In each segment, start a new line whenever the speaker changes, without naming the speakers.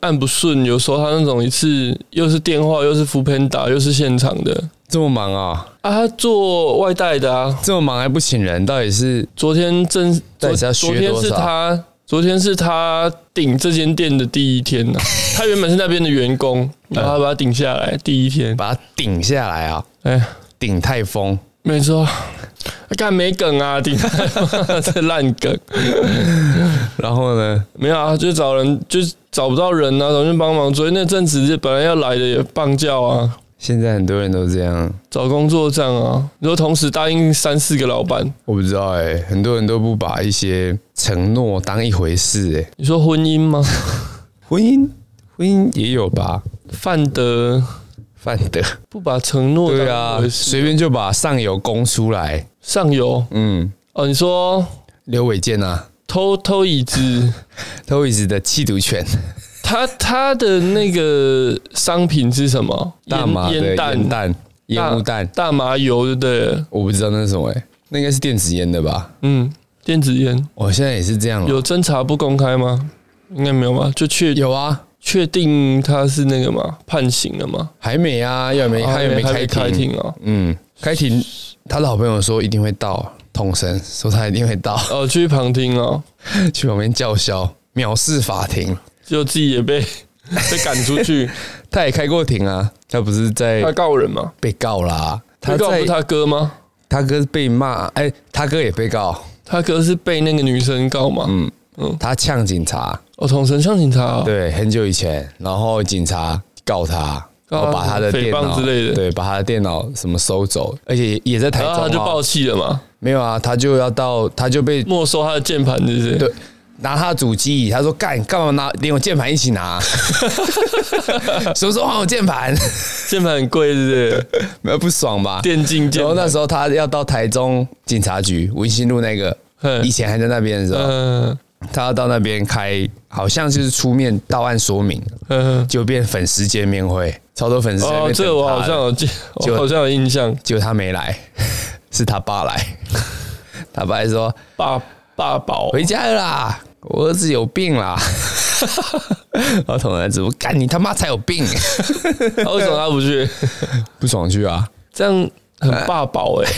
按不顺，有时候他那种一次又是电话，又是扶贫打，又是现场的
这么忙啊，
啊，他做外带的啊。
这么忙还不请人，到底是
昨天正昨
到底是要
昨
学
天
多
是
少？
他，昨天是他顶这间店的第一天呐、啊 他原本是那边的员工，然后他把他顶下
哎
来第一天。
把它顶下来啊，
哎，
顶泰丰。
没错，啊干没梗啊，顶 这烂梗。
然后呢，
没有啊，就找人，就是找不到人啊，然后就帮忙。昨天那阵子是本来要来的也棒叫啊，
现在很多人都这样，
找工作这样啊。你说同时答应三四个老板，
我不知道哎、很多人都不把一些承诺当一回事哎、
你说婚姻吗？
婚姻，婚姻也有吧，
范德
范德。
不把承诺
对
当
啊
回，事
随便就把上游供出来。
上游
嗯，
哦，你说
刘伟健啊，
偷偷椅子，
偷椅子的缉毒犬，
他他的那个商品是什么？
大麻的
烟
烟
烟弹、
弹、烟雾弹，
大麻油，对不对？
我不知道那是什么、欸，那应该是电子烟的吧？
嗯，电子烟
我现在也是这样、
有侦查不公开吗？应该没有吧？就确
有啊，
确定他是那个吗？判刑了吗？
还没啊，要没
啊
还有没
还
开
没
庭？
开庭哦。
嗯，开庭，他的好朋友说一定会到，统神说他一定会到，
哦，去旁听哦，
去旁边叫嚣，藐视法庭。
就自己也 被被赶出去。
他也开过庭啊，他不是在
他告人嘛？
被告啦，
他
他
告不
在
是他哥吗？
他哥被骂，哎、他哥也被告，
他哥是被那个女生告嘛？
嗯
嗯
他呛警察，
哦，统神像警察哦、
对，很久以前，然后警察告他，
告他
然后把他的
哦诽谤
电脑
之类的
对，把他的电脑什么收走，而且也也在台中、
然后
啊，
他就暴气了嘛，
没有啊，他就要到，他就被
没收他的键盘，对不对？
对拿他的主机，他说干干嘛拿连我键盘一起 拿，什么时候还我键盘？
键盘很贵，对不对？
没有不爽吧？
电竞键
然后
盘。
那时候他要到台中警察局文心路那个，
嗯
以前还在那边的时候，
嗯
他要到那边开，好像就是出面到案说明，
嗯，
就变粉丝见面会，超多粉丝在那
哦，
边
这
啊等
个我好
他
像
的
有记，
就
我好像有印象。
结果他没来， 是他爸来，他爸还说
爸爸宝，
回家了啦，我儿子有病啦。 然后同仁直播，干你他妈才有病，
他为什么他不 去？
不爽去啊！
这样很霸宝哎、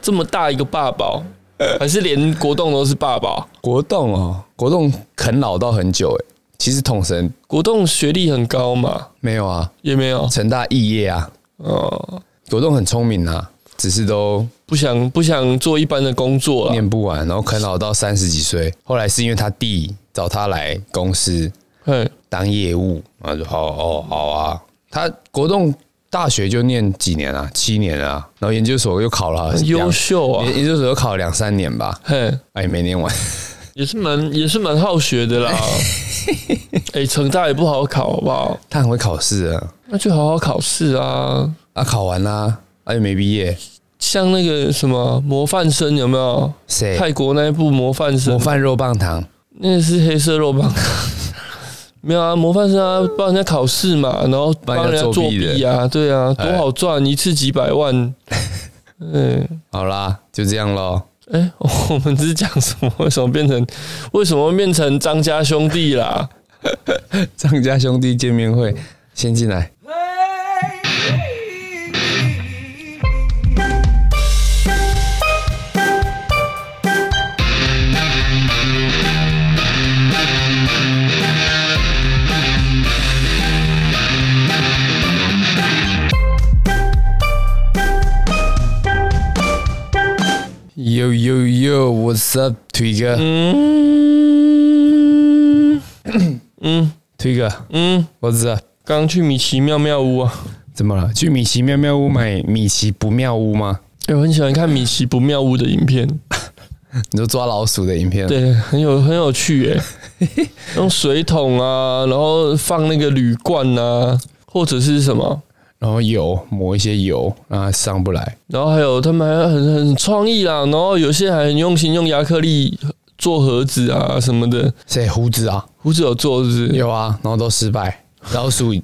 这么大一个霸宝，还是连国栋都是霸宝？
国栋哦，国栋啃老到很久哎，其实统神
国栋学历很高嘛，
没有啊，
也没有
成大肄业啊，
哦，
国栋很聪明啊，只是都
不想不想做一般的工作了。
念不完，然后啃老到三十几岁，后来是因为他弟找他来公司
嘿，
当业务，然后就好哦好啊。他国栋大学就念几年啊？七年啊，然后研究所又考了
很优
两，
秀啊，
研研究所又考了两三年吧，
嘿，
哎，没念完。
也是蛮也是蛮好学 的啦。哎、成大也不好考，好不好？
他很会考试啊，
那就好好考试啊。
啊，考完啦、啊，又没毕业，
像那个什么模范生有没有？
谁？
泰国那一部模范生
模，范肉棒糖，
那是黑色肉 棒。没有啊，模范生啊，帮人家考试嘛，然后帮人家作弊啊，对啊，多好赚，一次几百 万。嗯，
好啦，就这样咯。
哎、 我们是讲什么？为什么变成为什么变成张家兄弟啦？
张家兄弟见面会，先进来。Yo yo yo，What's up，推哥？
嗯嗯
推哥
嗯，
，What's up？
刚、去米奇妙妙屋啊，
怎么了？去米奇妙妙屋买米奇不妙屋吗？
哎、我很喜欢看米奇不妙屋的影 片，
你说抓老鼠的影片？，
对，很有很有趣 哎、用水桶啊，然后放那个铝罐啊，或者是什么。
然后油抹一些油，让它上不来。
然后还有他们还很很创意啦，然后有些还很用心用亚克力做盒子啊什么的。
谁胡子啊？
胡子有做是不是？
有啊，然后都失败。老鼠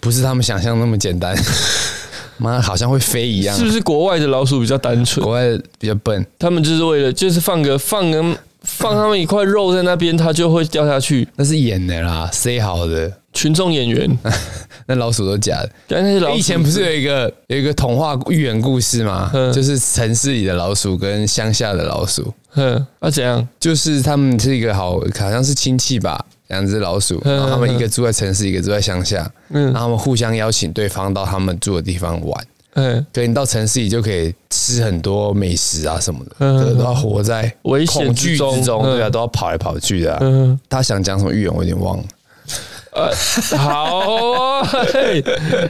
不是他们想象那么简单， 妈好像会飞一样
是。不是国外的老鼠比较单纯
国？外比较笨，
他们就是为了就是放个放个放他们一块肉在那边，它就会掉下去。
那是演的啦，塞好的。
群众演 员，
那老鼠都假的。
但那些老鼠
以前不是有一个有一个童话寓言故事吗？
嗯
就是城市里的老鼠跟乡下的老鼠，
哼，啊怎样？
就是他们是一个好好像是亲戚吧，两只老鼠，
嗯
然后他们一个住在城市，一个住在乡下，
嗯
然后他们互相邀请对方到他们住的地方玩。
哎，
可你到城市里就可以吃很多美食啊什么的，
嗯
可是都要活在
危险
恐惧
之中
之中，
嗯
对啊，都要跑来跑去的啊、
嗯，
他想讲什么寓言，我有点忘了。
呃，好哦，嘿，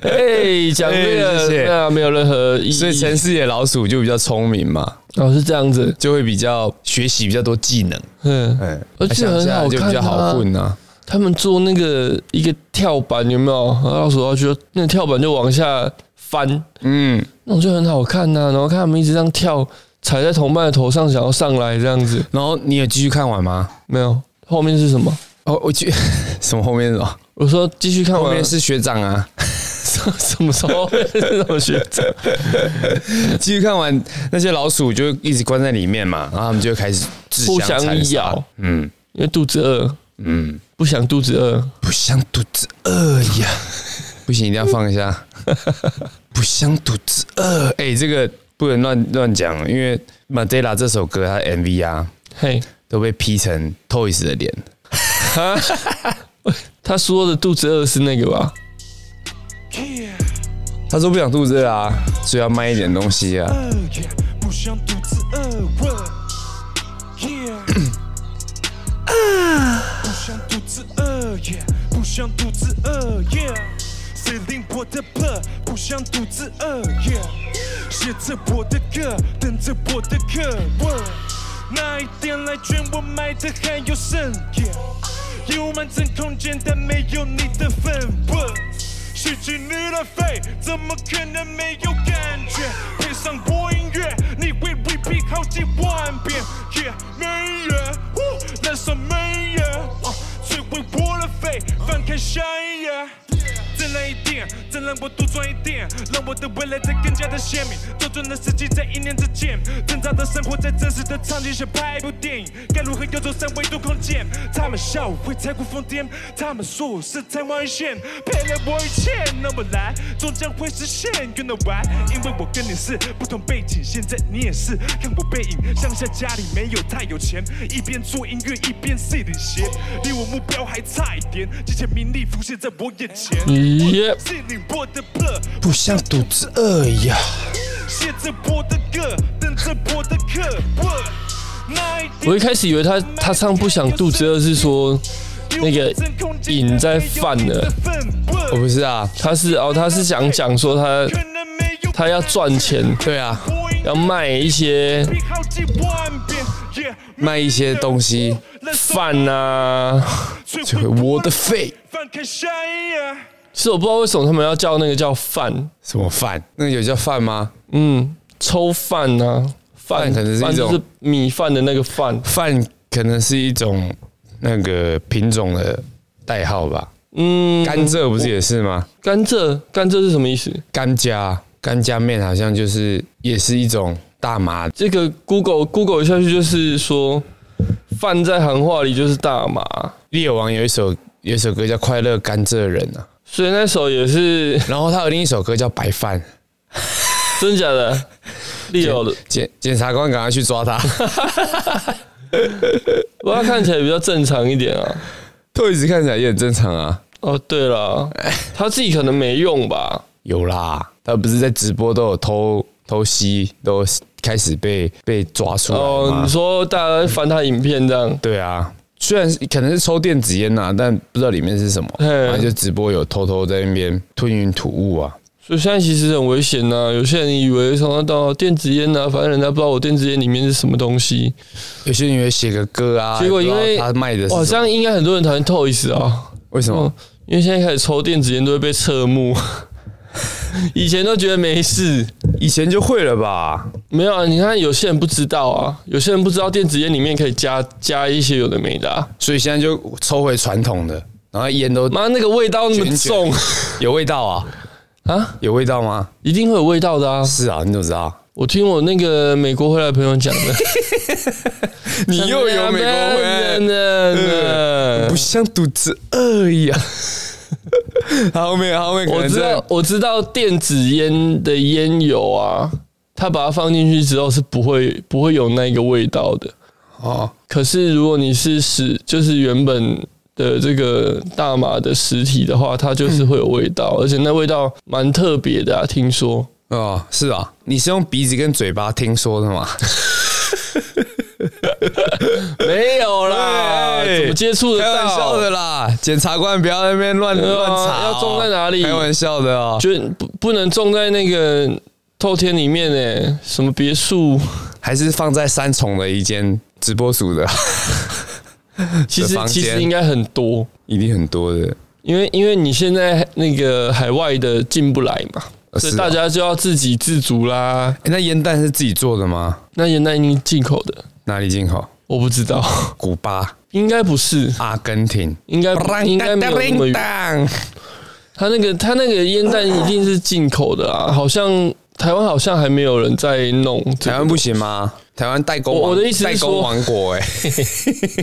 嘿，讲这
哎谢谢
个那没有任何意义，
所以城市里的老鼠就比较聪明嘛，
哦是这样子，
就会比较学习比较多技能，
嗯，
嗯，
而且
那乡下
很好
就比较好混啊。
他们做那个一个跳板有没有？然后老鼠要去那个跳板就往下翻，
嗯，
那种就很好看呐、然后看他们一直这样跳，踩在同伴的头上，想要上来这样子，
然后你有继续看完吗？
没有。后面是什么？
哦，我去 什么后面是 什么？
我说继续看完，
后面是 学 长啊，
什什么时候？ 什么学长？
继续看完那些老鼠就一直关在里面嘛，然后他们就开始自
互相
残杀
咬，
嗯
因为肚子饿，
嗯，
不想肚子饿。
不想肚子饿呀，不行，一定要放一 下，不想肚子饿，哎、这个不能乱乱讲，因为 Mandela 这首歌它的 MV 啊
嘿，
都被 P 成 Toys 的脸，
他说的肚子饿是那个吧？
他说不想肚子饿啊，所以要卖一点东西啊。
饿呀，不想独自饿问。Yeah 不想独自饿夜，不想独自饿夜。谁领我的破？不想独自饿夜。写着我的歌，等着我的客。问那一天来劝我买的还有剩夜。有满整空间，但没有你的份。问失去你的肺，怎么可能没有感觉？配上播音乐，你会 repeat 好几万遍。Yeah，没人，呜燃烧没人，啊摧毁我的肺，翻开下一页。再来一点，再让我多赚一点，让我的未来再更加的鲜明。多转的时机在一念之间，挣扎的生活在真实的场景下拍一部电影。该如何游走三维度空间？他们笑我会太过疯癫，他们说我是昙花一现，赔了我一切。那么来，终将会实现。You know why？因为我跟你是不同背景，现在你也是。看我背影，乡下家里没有太有钱，一边做音乐一边系领鞋，离我目标还差一点。金钱名利浮现在我眼前。
嗯耶、
是你我的 blood，
不想肚子饿呀，
写着我的歌，等着我的客。问那一天
我一开始以为他他唱不想肚子饿是说那个瘾在犯了，哦
我不是啊，
他是哦，他是想讲说他他要赚钱，
对啊，
要卖一些
卖一些东西，
饭啊。
就会我的肺
翻开下一页，
是我不知道为什么他们要叫那个叫饭，
什么饭？那个有叫饭吗？
嗯，抽饭啊，饭
饭可能是一
饭就
种
是米饭的那个饭，
饭可能是一种那个品种的代号吧。
嗯，
甘蔗不是也是吗？
甘蔗甘蔗是什么意思？
甘蔗甘蔗面好像就是也是一种大麻，
这个 Google Google 下去就是说，饭在行话里就是大麻，
猎王有一首有一首歌叫《快乐甘蔗人》啊，
所以那首也 是
然后他有另一首歌叫《白饭》。
真假的，利友的，
检检察官赶快去抓他，
不过它看起来比较正常一点啊。
兔子看起来也很正常啊。
哦，对了，他自己可能没用吧？
有啦，他不是在直播都有偷偷吸，都开始被被抓出来了
哦，
吗
你？说大家在翻他影片这样，
对啊，虽然是可能是抽电子烟呐、但不知道里面是什么。
嘿
反正就直播有偷偷在那边吞云吐雾啊。
所以现在其实很危险呐、有些人以为从那到电子烟呐、反正人家不知道我电子烟里面是什么东西，
有些人以为写个歌啊，
结果因
也
为
不知道他卖的是
哇，
什
这
么
样应该很多人讨厌 Toys 啊。
为什么
哦？，因为现在开始抽电子烟都会被侧目， 以前都觉得没事，
以前就会了吧？
没有啊。你看有些人不知道啊，有些人不知道电子烟里面可以加加一些有的没的、啊，
所以现在就抽回传统的，然后烟都
妈那个味道那么重
有味道啊？
啊，
有味道吗？
一定会有味道的啊。
是啊，你怎么知道？
我听我那个美国回来的朋友讲的，
你 又有美国回来
的，
不像肚子饿一样。 后面后面可
我
能
知
在
道，我知道电子烟的烟油啊，它把它放进去之后是不会不会有那个味道的。
哦，
可是如果你是实，就是原本的这个大麻的实体的话，它就是会有味道，而且那味道蛮特别的啊。听说
哦，是啊，你是用鼻子跟嘴巴听说的吗？
没有
啦
啦，怎么接触的
开
到？
玩笑的啦，检察官不要在那边乱
啊对啊
乱查哦，
要种在哪里
开玩笑的哦，
就不不能种在那个透天里面诶、什么别墅？
还是放在三重的一间直播组的，
其
的
实
房
其实
间
应该很多，
一定很多的。
因为因为你现在那个海外的进不来嘛，
呃
所以
是啊
大家就要自给自足啦。
诶那烟弹是自己做的吗？
那也那你进口的，
哪里进口？
我不知道，
古巴、
应该不是，
阿根廷。
应该应该没有那么远。
当
他那个他那个烟弹一定是进口的啊，好像台湾好像还没有人在弄这个。
台湾不行吗？台湾代工王，
我我的意思是
代工
说
王国哎、欸、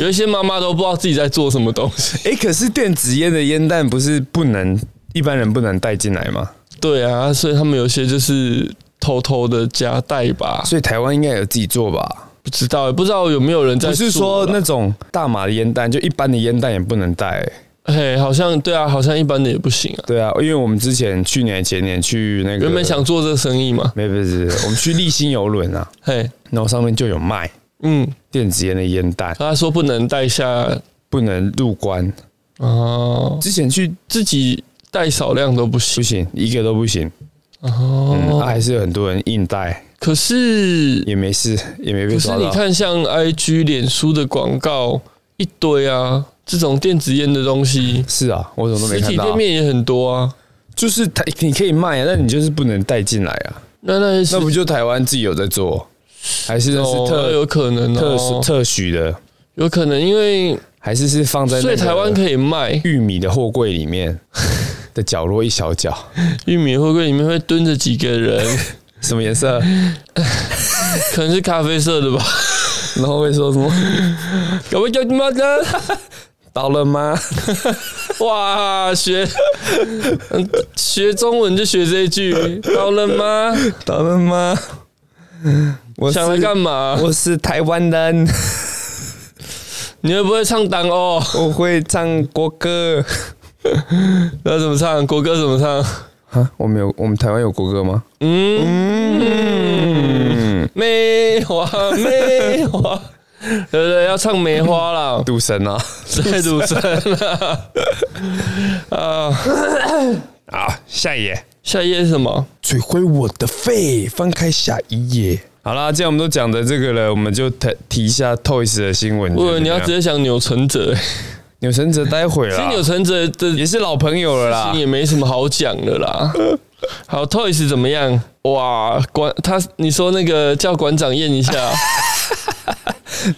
有一些妈妈都不知道自己在做什么东西。
哎、可是电子烟的烟弹不是不能一般人不能带进来吗？
对啊，所以他们有些就是偷偷的夹带吧，
所以台湾应该有自己做吧？
不知道、不知道有没有人在
不是
做
说
啦
那种大麻的烟弹，就一般的烟弹也不能带、欸
嘿，好像对啊，好像一般的也不行啊。
对啊，因为我们之前去年前年去那个，
原本想做这个生意嘛，
没不是，我们去立新游轮啊，
嘿，
然后上面就有卖
嗯，
电子烟的烟弹，
他说不能带下
不能入关。
哦，
之前去
自己带少量都不
不
行
行，一个都不行，嗯，啊
哦。
还是有很多人硬带，
可是
也没事，也没被
可是
抓
你
到。
看，像 IG、脸书的广告一堆啊，这种电子烟的东西，
是啊，我怎么都没
实
看
体
到
店
啊。
面也很多啊。
就是台你可以卖啊，但你就是不能带进来啊。
那那些
那不就台湾自己有在做，还是那
哦
是
那
特
有可能
特
哦
许，特许的，
有可能，因为
还是是放在那
所以
个
台湾可以卖
玉米的货柜里面 的角落一小角，
玉米会不会里面会蹲着几个 人？
什么颜色？
可能是咖啡色的吧？
然后会说什么
搞不叫你妈 的！
到 了吗？
哇，学嗯学中文就学这一句，到了吗？
到了吗？我
想来
是
干嘛？
我是台湾人，
你会不会唱党哦？
我会唱国歌
那怎么唱？国歌怎么唱？
啊！我们有我们台湾有国歌吗？
嗯，梅花，梅 花，对不对？要唱梅花啦，
赌神啊！
在赌神啦。啊，
啊， 下一页。
下一页是什么？
摧毁我的肺。翻开下一页。好啦，既然我们都讲的这个了，我们就提提一下 Toys 的新闻。
我以为你要直
觉得
接讲钮承泽，欸
怎么样钮承泽待会
其实
啦
钮，承泽的
也是啊老朋友了啦
其实。也没什么好讲的 啦。好，Toys 怎么样？哇，馆他你说那个叫馆长验 一下，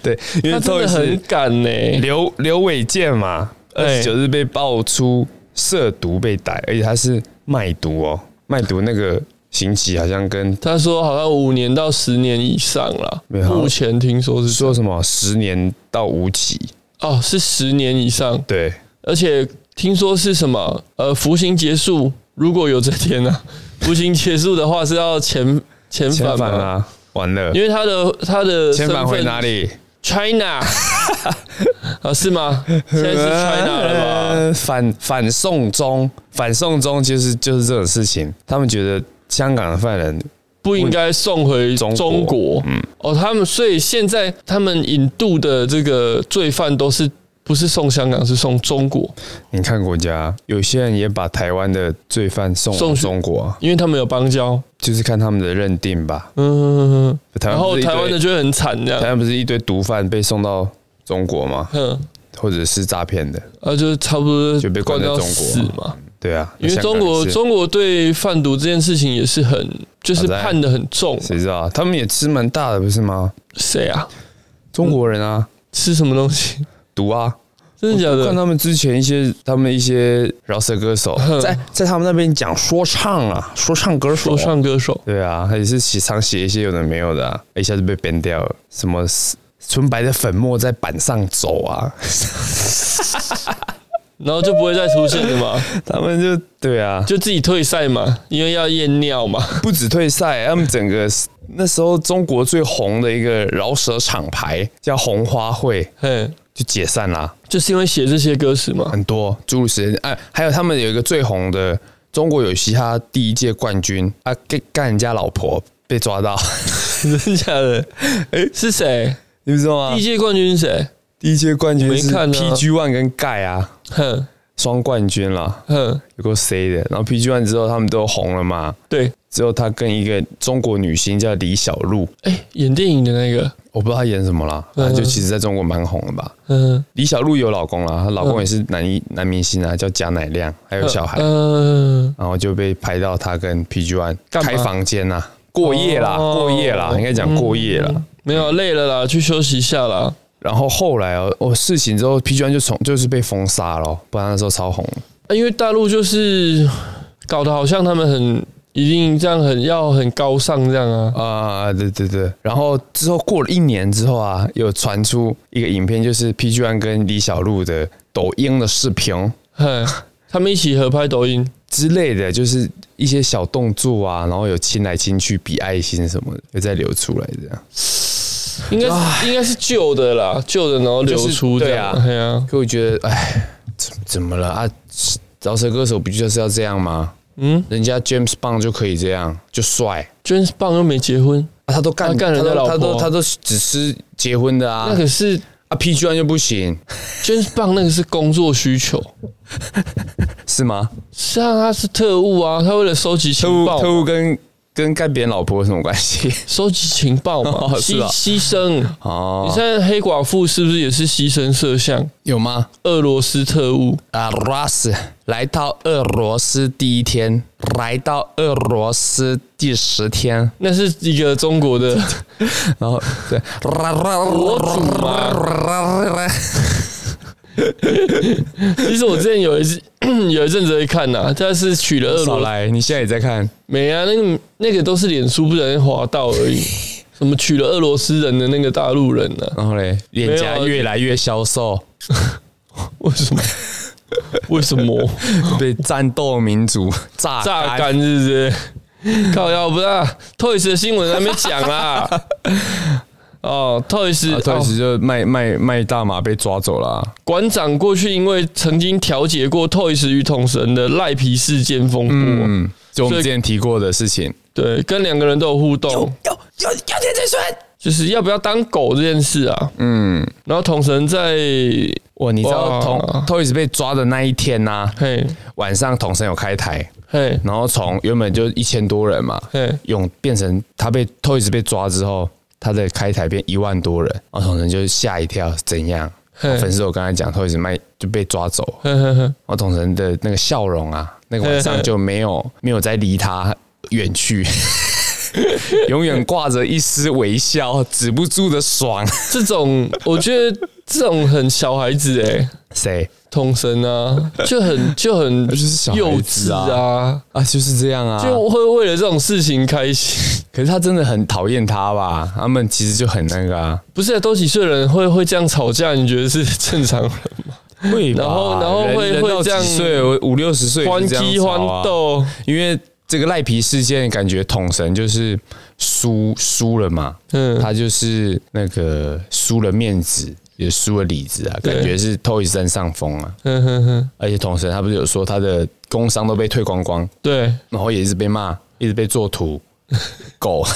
对，因为
他真的
Toys
很欸敢呢、
刘刘伟健嘛，二
哎
十九日被爆出涉毒被逮，而且他是卖毒哦，卖毒那个刑期好像跟
他说好像五年到十年以上啦，
没有
目前听说是
说什么十年到无期。
哦是十年以上，
对，
而且听说是什么呃服刑结束，如果有这天呢、啊， 服刑结束的话是要遣遣
遣
返
返
嘛，
啊，完了
因，为他的他的
遣
身
返
份
回哪里？
？China 啊是吗？现在是 China 了吧？
呃啊反反送中，反送中就是就是这种事情，他们觉得香港的犯人
不应该送回中
中国
国。嗯，哦，他们所以现在他们引渡的这个罪犯都是不是送香港，是送中国，
你看国家，有些人也把台湾的罪犯送
送
往
去
中国啊，
因为他们有邦交。
就是看他们的认定吧。
嗯，
台
然
湾
后
不是一堆
台湾的就会很惨这
台
样。
湾不是一堆毒贩被送到中国吗？
嗯，
或者是诈骗的？
啊，就是差不多
就被关在
到
中国
死嘛。
对啊，
因为
香港
中国
也是
中国对贩毒这件事情也是很，就是判的很重。
谁知道啊？他们也吃蛮大的，不是吗？
谁啊？
中国人啊，
吃什么东西？
毒啊，
真的假的？
看他们之前一些他们一些饶舌歌 手在在他们那边讲说唱啊，说唱歌手，
说唱歌手
对啊，他也是写常写一些有的没有的、啊，一下就被 ban 掉了。什么纯白的粉末在板上走啊，
然后就不会再出现了嘛，
他们就对啊，就
就自己退赛嘛，因为要验尿嘛。
不止退赛，他们整个那时候中国最红的一个饶舌厂牌叫红花会，
嘿，
就解散啦、
就是因为写这些歌词嘛。
很多诸如此类。哎、还有他们有一个最红的中国有嘻哈第一届冠军啊，干干人家老婆被抓到，
真的假的？哎，是谁？
你知道吗
第一？届冠军是谁？
第一届冠军是
没看啊
PG One 跟盖啊，
哼
双冠军啦，
哼，
有够 C 的。然后 PG One 之后他们都红了嘛，
对，
之后他跟一个中国女星叫李小璐，
哎，演电影的那个，
我不知道她演什么啦，
嗯
反正就其实在中国蛮红的吧。
嗯，
李小璐有老公啦，她老公也是男一男明星啊，叫贾乃亮，还有小孩。
嗯，
然后就被拍到他跟 PG One
干嘛
开房间呐、过夜啦，
哦嗯
过夜啦，应该讲过夜啦。
没有累了啦，去休息一下啦。
然后后来哦，哦事情之后，PG One 就从就是被封杀了，不然那时候超红。
啊因为大陆就是搞得好像他们很一定这样很要很高尚这样啊。
啊、对对对。然后之后过了一年之后啊，有传出一个影片，就是 PG One 跟李小璐的抖音的视频哦
哼，他们一起合拍抖音，
之类的，就是一些小动作啊，然后有亲来亲去、比爱心什么的，又再流出来这样。
应该是应该是旧的啦，旧的然后流出这样，
就是
对啊，
可我觉得，哎，怎怎么了啊？饶舌歌手不就是要这样吗？
嗯
人家 James Bond 就可以这样，就帅
，James Bond 又没结婚，
啊！他都干
他干人家
都
老婆
他都他都只吃结婚的啊
那可是
啊！PG One 就不行
James Bond 那个是工作需求，
是吗？
是啊，他是特务啊，他为了收集
特
情
务
报
特
嘛，
务跟跟干别人老婆有什么关系？
收集情报嘛，
哦是
牺
啊
牺牲。你
哦，
现在黑寡妇是不是也是牺牲摄像？
有吗？
俄罗斯特务，
啊，Russ 来到俄罗斯第一天，来到俄罗斯第十天，
那是一个中国的，
然后对，
国主嘛 其实我之前有一次 有一阵子会看呐、但是娶了俄 罗
少
斯
来，你现在也在看。
没啊，那个那个都是脸书不小心滑到而已。什么娶了俄罗斯人的那个大陆人呢、
然后嘞，脸颊
没有
越来越消瘦，
为什么？ 为什么
被战斗民族 榨
榨
干。
干是不是？靠腰不啊，Toys 的新闻还没讲 啦。哦，Toys，
啊顿
哦
时就卖卖卖大麻被抓走了啊、
馆长过去因为曾经调解过 Toys 与统神的赖皮事件风波，
嗯，就我们
所以
之前提过的事情。
对，跟两个人都有互动，
有有有点嘴酸。
就是要不要当狗这件事啊。
嗯，
然后统神在
哇，你知道
哇
童 Toys 被抓的那一天呐、
啊嘿
晚上童生有开台，
嘿
然后从原本就一千多人嘛，
嘿，
用变成他被 Toys 被抓之后，他的开台变一万多人，然后童生就吓一跳，怎样？
嘿
粉丝我刚才讲 Toys 卖就被抓走，
嘿嘿嘿，
然后统神的那个笑容啊，那个晚上就没 有没有再离他远去， 永远挂着一丝微笑，止不住的爽。
这种我觉得这种很小孩子哎、欸，
谁
统神啊，就 很就很
就是小
幼
孩子
稚
啊
啊，
啊？就是这样啊。
就会为了这种事情开心。
可是他真的很讨厌他吧？他们其实就很那个啊，
不是、啊、都几岁人会会这样吵架？你觉得是正常人吗？
会吧
然后然后
人
会
人到
会这样
几岁？我五六十岁 也
欢
是这样
鸡
吵
欢
啊，
斗，
因为这个赖皮事件，感觉统神就是输输了嘛。
嗯，
他就是那个输了面子，也输了里子啊，
对嗯
感觉是 Toys 占上风啊。
哼哼哼，
而且同时，他不是有说他的工伤都被退光光，
对，
然后也一直被骂，一直被做 图。狗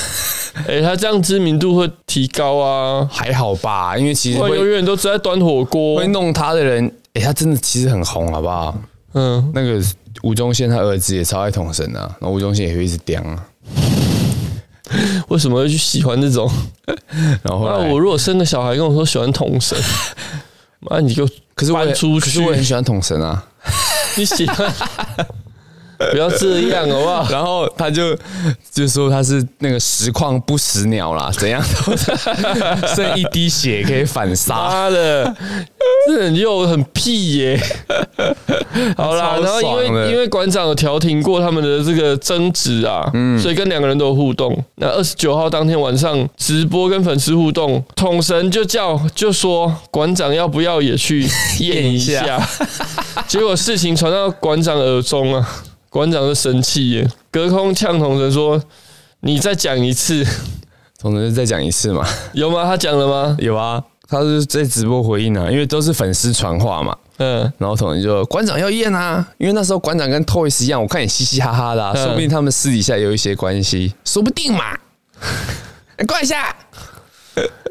哎、他这样知名度会提高啊，
还好吧，因为其实
不然永
会
远都只在端火锅
会。弄他的人，哎、他真的其实很红，好不好？
嗯，
那个吴宗宪他儿子也超爱童神啊，然后吴宗宪也会一直刁啊，
为什么会去喜欢这种？
然后后
那
来
我如果生个小孩跟我说喜欢童神， 妈你就
可是我也
搬出
可是我也很
去，
喜欢童神啊，
你喜欢 不要这样好不好？
然后他就就说他是那个实况不死鸟啦，怎样都是 剩一滴血可以反杀。
妈的，这很又很屁 耶、好啦，
超
然后因为
爽的
因为馆长有调停过他们的这个争执啊，
嗯
所以跟两个人都有互动。那二十九号当天晚上直播跟粉丝互动，统神就叫就说馆长要不要也去验一
验
下？ 结果事情传到馆长耳中啊，馆长就生气耶，隔空呛统神说：“你再讲一次，
同学再讲一次嘛，
有吗？他讲了吗
有啊，他是在直播回应啊，因为都是粉丝传话嘛。？”
嗯，
然后同仁就馆长要验啊，因为那时候馆长跟 Toys 一样，我看你嘻嘻哈哈的、啊，
嗯
说不定他们私底下有一些关系，说不定嘛。过来一下，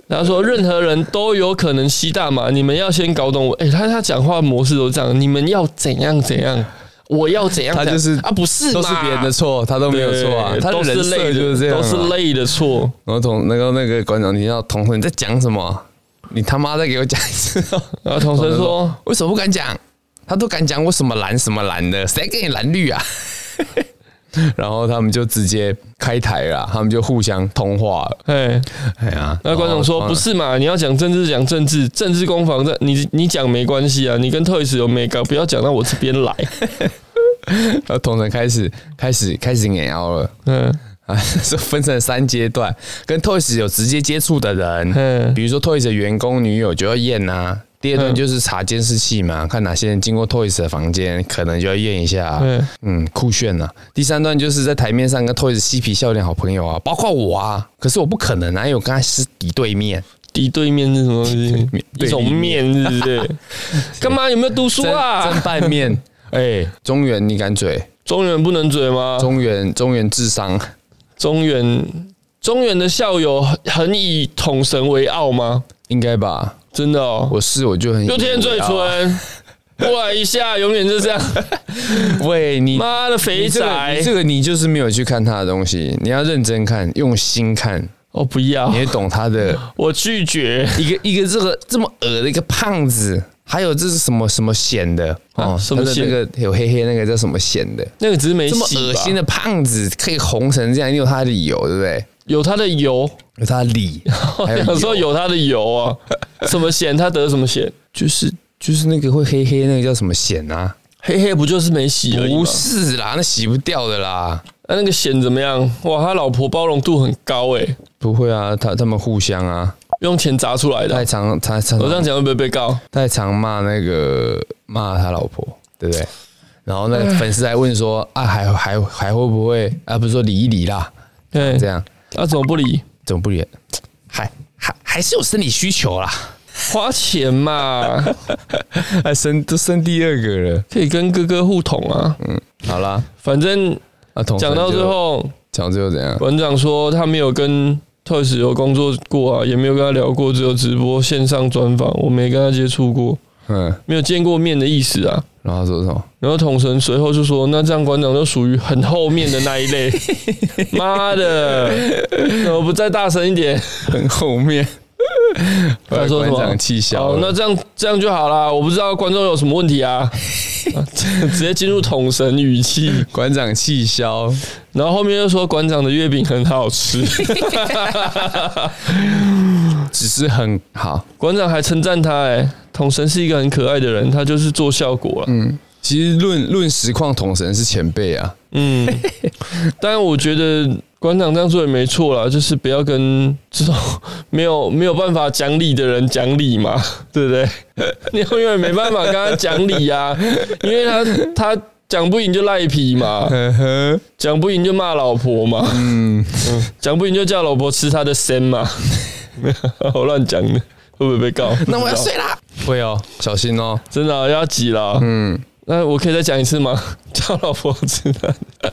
然后说任何人都有可能吸大麻，你们要先搞懂我。哎、他他讲话模式都是这样，你们要怎样怎样，我要怎样
他
怎样
就是
啊，不是
都是
嘛
别人的，错，他都没有错啊，
对
他的
都是
人设
累的
就是这样、啊，
都是累的错。
然后同那个那个馆长听到同事你在讲什么？你他妈再给我讲一次、哦！
然后同学说，
为什么不敢讲？他都敢讲我什么蓝什么蓝的，谁给你蓝绿啊？然后他们就直接开台了，他们就互相通话了。
哎，
哎呀，哦
那观众说
然后
不是嘛？你要讲政治，讲政治，政治攻防战，你你讲没关系啊，你跟 Toys 有没搞，不要讲到我这边 来。
然后同仁开始开始开始碾腰了
嗯
啊！说分成三阶段，跟 Toys 有直接接触的人，
嗯
比如说 Toys 的员工女友就要验啊。第二段就是查监视器嘛，看哪些人经过 Toys 的房间，可能就要验一下、
嗯
嗯，酷炫呐、第三段就是在台面上跟 Toys 嬉皮笑脸好朋友啊，包括我啊。可是我不可能啊，因为我跟他是敌对面。
敌对面是什么东西？
对
一种面是不是？干嘛？有没有读书
真真
啊？
半面。哎、中原你敢嘴？
中原不能嘴吗？
中原中原智商，
中原中原的校友很很以统神为傲吗？
应该吧？
真的哦，
我是我就很
就天嘴
啊
唇，过来一下，啊永远就 这样。
喂你
妈的肥
你这个
仔
你，这个你就是没有去看他的东西，你要认真看，用心看，
哦不要
你，会懂他的
我拒绝。
一个一个这个这么恶的一个胖子，还有这是什么什么显的
啊
哦，
什么
他的
显
那个有黑黑那个叫什么显的，
那个只是没
这么
洗吧
恶心的，胖子可以红成这样，你有他的理由对不对？
有他的油，
有他的理，
我
还有
想
理
说
由
有他的油 啊，什么险他得什么险？
就是就是那个会黑黑那个叫什么显啊？
黑黑不就是没洗而已吗？啊
不是啦，那洗不掉的啦。
那那个险怎么样？哇，他老婆包容度很高哎，
不会啊，他他们互相啊，
用钱砸出来的
太。常他常
哦我这样讲会不会被告？
太常骂那个骂他老婆，对不对？然后那个粉丝还问说啊，还还还会不会啊？不是说理一理啦，
对，
这样
啊，怎么不理？
怎么不理？还还还是有生理需求啦，
花钱嘛，
还生都生第二个了。
可以跟哥哥互捅啊。
好啦，
反正
啊，同
讲到最，后，
讲到最后怎样？
馆长说他没有跟 Toys 有工作过啊，也没有跟他聊过，只有直播线上专访，我没跟他接触过，
嗯，
没有见过面的意思啊。
然后他说什么？
然后统神随后就说：“那这样馆长就属于很后面的那一 类。”妈的，怎么不再大声一点？
很后 面，
他说什
馆
么？
长气消
哦
了。
那这样这样就好啦。我不知道观众有什么问题 啊，啊直接进入统神语气。
馆长气消，
然后后面又说馆长的月饼很好吃，
只是很好。
馆长还称赞他、哎，统神是一个很可爱的人，他就是做效果了。嗯
其实论论实况，统神是前辈啊，
嗯，当然我觉得馆长这样做也没错啦，就是不要跟 这种没有没有办法讲理的人讲理嘛， 对不对？你永远没办法跟他讲理呀、啊， 因为他他讲不赢就赖皮嘛，讲不赢就骂老婆嘛，嗯， 讲不赢就叫老婆吃他的身嘛， 没有我乱讲的，会不会被告？
那我要 睡啦。会哦，小心哦。
真的啊、要挤了啊、
嗯，
那我可以再讲一次吗？ 叫老婆知道。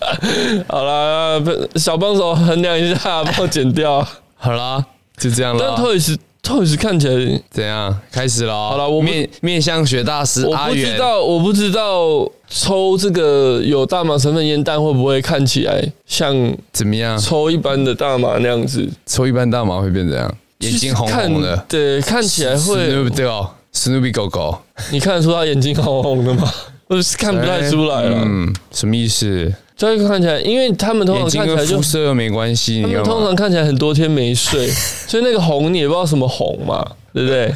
好啦，不小帮手衡量一下，帮我剪 掉。
好啦，就这样
但
啦。
Toys Toys 看起来，
怎样？开始了。好
啦我不
面面向学大师
我
阿
不知
元，
道，我不知道抽这个有大麻成分烟弹会不会看起来像
怎么样？
抽一般的大麻那样子，
抽一般大麻会变怎样？眼睛红红
就是看
的，
对，看起来哎
对
会
不，对哦？史努比狗狗，
你看得出他眼睛红红的吗？ 我是看不太出来了。
嗯，什么意思？
这个看起来，因为他们通
眼
常
睛
哦看起
跟
来就
肤色又没关系，
他
你
们
干
通
嘛？
常看起来很多天没 睡，所以那个红你也不知道什么红嘛，对不对？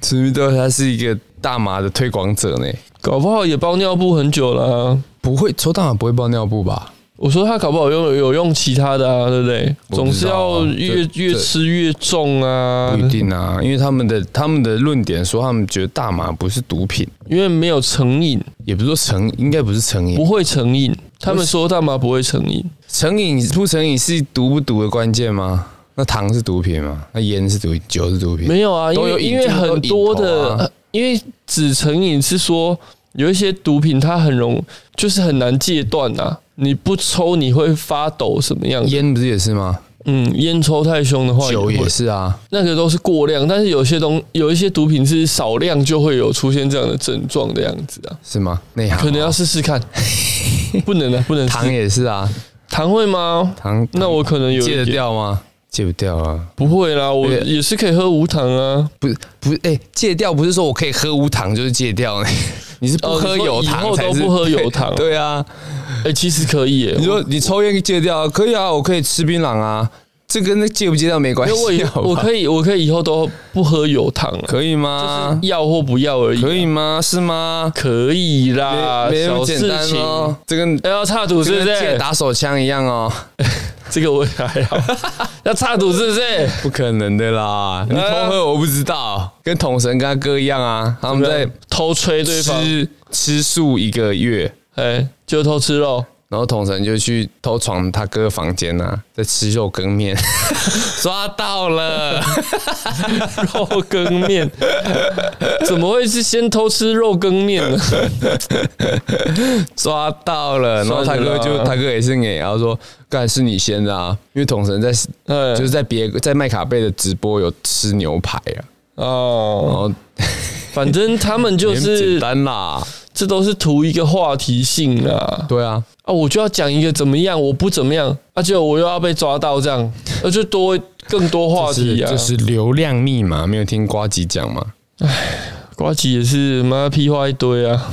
知名豆他是一个大麻的推广者呢，
搞不好也包尿布很久了啊、
不会抽大麻不会包尿布吧？
我说他搞不好用有用其他的啊，对不对？
我不
总
知
是
道啊
要越
这
越
这
吃越重啊
不，一定啊，因为他们的他们的论点说他们觉得大麻不是毒品，
因为没有成瘾，
也不是说成应该不是成
不
瘾，
会成瘾。他们说大麻不会成瘾，
成瘾不成瘾是毒不毒的关键吗？那糖是毒品吗？那烟是毒品，酒是毒品，
没有啊，因
都有
为
瘾
因为
就是
很多
都有
的，
瘾头啊
呃因为只成瘾是说有一些毒品它很容就是很难戒断啊，你不抽你会发抖什么样子？
烟不是也是吗？
嗯，烟抽太凶的话，
酒
会
也是啊，
那个都是过量，但是有些东有一些毒品是少量就会有出现这样的症状的样子啊，
是吗？内行啊
可能要试试 看。不能啊，不能
糖
试。
也是啊，
糖会吗？
糖
那我可能有一
戒得
点
掉吗？戒不掉啊，
不会啦，我
对
也是可以喝无糖啊。
不是不是，哎、戒掉不是说我可以喝无糖就是戒掉、欸你是不
哦
喝
你说
有
以
糖
后
才
都
是
不喝有糖啊
对对啊，
哎、其实可以耶、
你说你抽烟戒掉啊可以啊，我可以吃槟榔啊，这跟那戒不戒掉没关
因为我以
系，好
我
吧
可以，我可以以后都不喝有糖了、
可以
啊
吗，？
要或不要而已。啊
可以吗？是吗？
可以啦，
没没那
小
么简
事
单
情。
哦，这跟
哎要插赌
这
是不
跟戒
是？
打手枪一样哦，
这个我也还好。 要插赌是不是？
不可能的啦！你偷喝我不知道，跟桶神跟他哥一样啊，他们在
偷吹对方，
吃吃素一个月，
哎，就偷吃肉。
然后统神就去偷闯他哥房间啊，在吃肉羹面，抓到 了，
肉羹面，怎么会是先偷吃肉羹面呢？
抓到了，然后他哥
算
就
了啦
他哥也是给，然后说干是你先的啊，因为统神在
嗯
就是在别在麦卡贝的直播有吃牛排啊，然
哦，
后
反正他们就
也简
是，
单啦，
这都是图一个话题性啦。
对啊，
啊，我就要讲一个怎么样，我不怎么样，而且我又要被抓到这样，那就多更多话
是
题啊
就。是流量密码，没有听瓜吉讲吗？
瓜吉也是妈屁话一堆啊，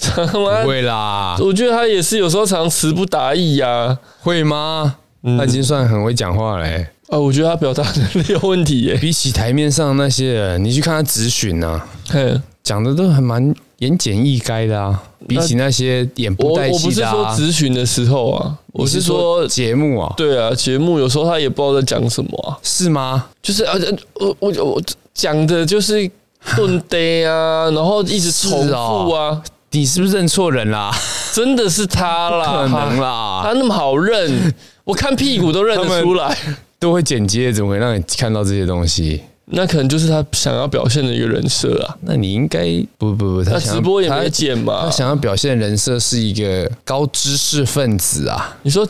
他妈
不，会啊啦，
我觉得他也是有时候常词不达意呀、啊。
会吗？
嗯
他已经算很会讲话嘞、欸
啊，我觉得他表达能力有问题耶、
比起台面上那些人，你去看他咨询啊，
嘿，
讲的都还蛮言简意赅的啊。比起那些演
我
不带
呃我不
戏
是
的
说
啊，
咨询的时候啊，我
你
是
是
说
说，节目啊，
对啊，节目有时候他也不知道在讲什么啊，
是吗？
就是啊，呃我我我讲的就是顿呆啊，然后一直重
是哦
复啊，
你是不是认错 人啦？
真的是他啦，
可能
他，
啦
他，那么好认，我看屁股都认
他
得
们
出来，
都会剪接，怎么会让你看到这些东西？
那可能就是他想要表现的一个人设啊，
那你应该不不不，他
他
想要
直播也没
他
剪啊嘛
他，想要表现人设是一个高知识分子啊，
你说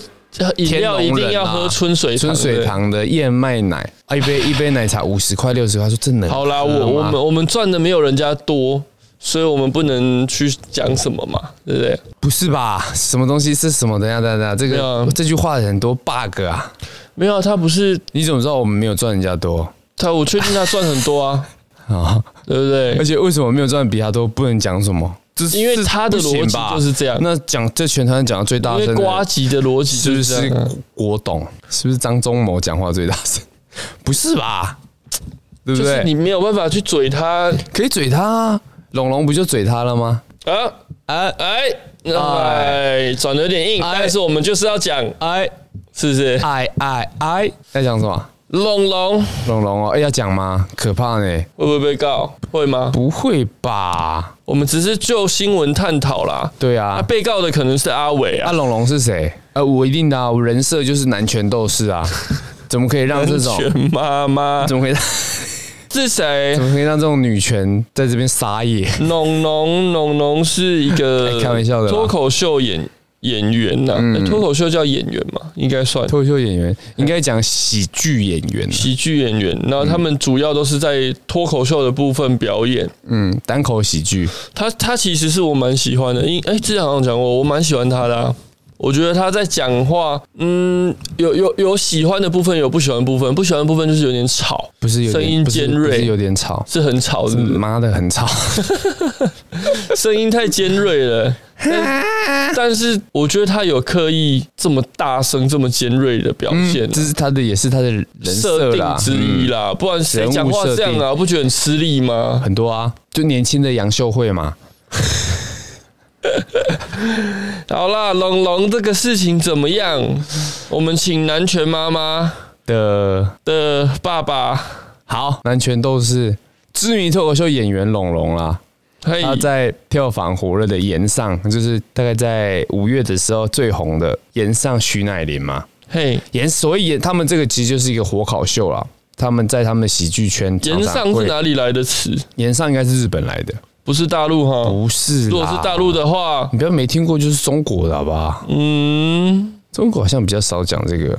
饮
天龙
料一定
人
要
啊
喝春水
春水
对不对
堂的燕麦奶，啊一杯一杯奶茶五十块六十块，他说这能
好啦，
喝
我我
吗
们我们赚的没有人家多，所以我们不能去讲什么嘛，对不对？
不是吧？什么东西是什么？等一下等一下等一
没
下，这
有啊
个这句话很多 bug 啊！
没有啊，他不是
你怎么知道我们没有赚人家多
他，我确定他赚很多 啊，
啊？
对不
而
对？
且为什么没有赚比他多？不能讲什么？这
因为他的
这不行
逻辑
吧
就是这样
那讲这全台湾讲的最大
因
声
为瓜
的，
吉的逻辑
是
就
不
是这
是
样啊
郭董？是不是张忠谋讲话最大声？不是吧？对不
就是你
对？
没有办法去嘴他
可以嘴他啊，龙龙不就嘴他了吗？
啊，
哎
哎哎，转的有点硬，
啊哎
但是我们就是要讲，
哎
是不是？
哎哎哎，要讲什么？
龙龙
龙龙哦，哎要讲吗？可怕呢？
会不会被告？会吗？
不会吧？
我们只是就新闻探讨啦。
对啊，
啊，被告的可能是阿伟
啊，
啊，
龙龙是谁？呃，我一定的、啊，我人设就是男权斗士 啊，怎么可以让啊这种，
全妈妈
怎么可 以让，
是谁
怎？么可以让这种女权在这边撒野？
农农农农是一个
哎开玩笑的啦嗯
脱口秀演演员呐、哎脱、口秀叫演员嘛，应该算
脱口秀演员应该讲喜剧演员，啊
喜剧演员。然
嗯
后他们主要都是在脱口秀的部分表演。
嗯，单口喜剧，
他他其实是我蛮喜欢的，因哎、之前好像讲过，我蛮喜欢他的、啊。我觉得他在讲话，嗯，有有有喜欢的部分，有不喜欢的部分，不喜欢的部分就是有点吵，
不是有
声
点
音
不是
尖
不是
锐，
有点吵，
是很吵是不是
妈的很吵。
声音太尖锐 了。但但是我觉得他有刻意这么大声、这么尖锐的表现啊
嗯，这是他的，也是他的人
设
设啦
定之一
嗯
啦，不然谁
人物
讲话
设
这样啊？不觉得很吃力 吗？
很多啊，就年轻的杨秀慧嘛，
好啦，龙龙这个事情怎么样？我们请南拳妈妈
的
的爸爸，
好南拳斗士知名脱口秀演员龙龙啦，
嘿，
他在票房火热的《岩上》，就是大概在五月的时候最红的《岩上》徐乃麟嘛，
嘿，
岩所以岩他们这个其实就是一个火烤秀啦。他们在他们的喜剧圈常
岩
常
上
会
是哪里来的词？
岩上应该是日本来的，
不是大陆哈？
不是啦？
如果是大陆的话，
你不要没听过就是中国的好不好？
嗯，
中国好像比较少讲这个。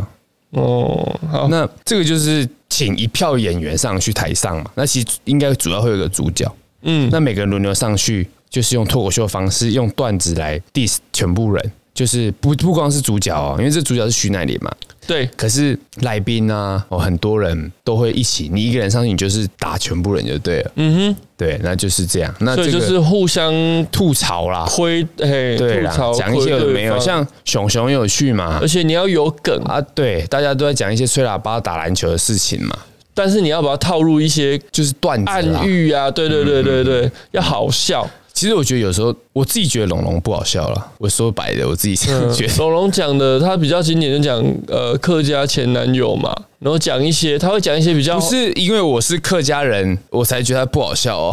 哦，好，
那这个就是请一票演员上去台上嘛，那其实应该主要会有个主角，
嗯，
那每个人轮流上去，就是用脱口秀方式，用段子来 diss 全部人，就是不不光是主角哦，因为这主角是徐乃麟嘛，
对，
可是来宾啊，哦，很多人都会一起，你一个人上去，你就是打全部人就对了，
嗯
对，那就是这样，那
哼，所
这
以
个
就是互相
吐槽啦，
亏，嘿，
对
吐
啦
槽，
讲一些有的没有，
亏对方
像熊熊也有去嘛
而。且你要有梗，
啊，对，大家都在讲一些吹喇叭、打篮球的事情嘛，
但是你要把它套入一些
就是段子啦嗯
暗喻啊，对对对对对，要好笑。
其实我觉得有时候我自己觉得龙龙不好笑了，我说白的，我自己这样觉得。
嗯龙龙讲的他比较经典，就讲呃客家前男友嘛，然后讲一些他会讲一些比较
不是因为我是客家人，我才觉得他不好笑 哦。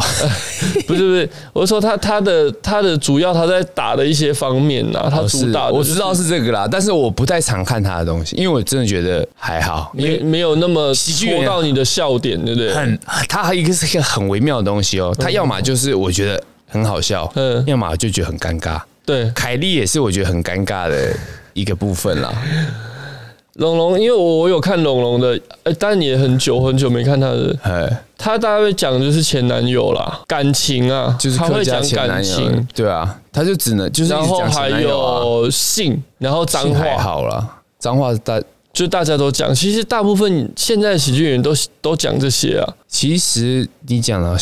不是不是，我是说他他的他的主要他在打的一些方面呐、他主
哦是
打的
我
就是
知道是这个啦，但是我不太常看他的东西，因为我真的觉得还好，因
没
为
没有那么
剧演
戳到你的笑点，对不对？
很他还有一个是一个很微妙的东西哦。他要么就是我觉得很好笑，
嗯
要么就觉得很尴尬。
对，
凯莉也是我觉得很尴尬的一个部分啦。
龙龙，因为我我有看龙龙的，呃，但也很久很久没看他的，
呃，
他大概会讲就是前男友啦，感情啊，
就是
他
客
会
家
讲
前
感
男
情
友，，对啊，他就只能就是一
然
直
后
讲
还
前男友啊。
有性，然后脏
性还
话，
好啦，脏话大
就大家都讲。其实大部分现在的喜剧演员都都讲这些啊，
其实你讲到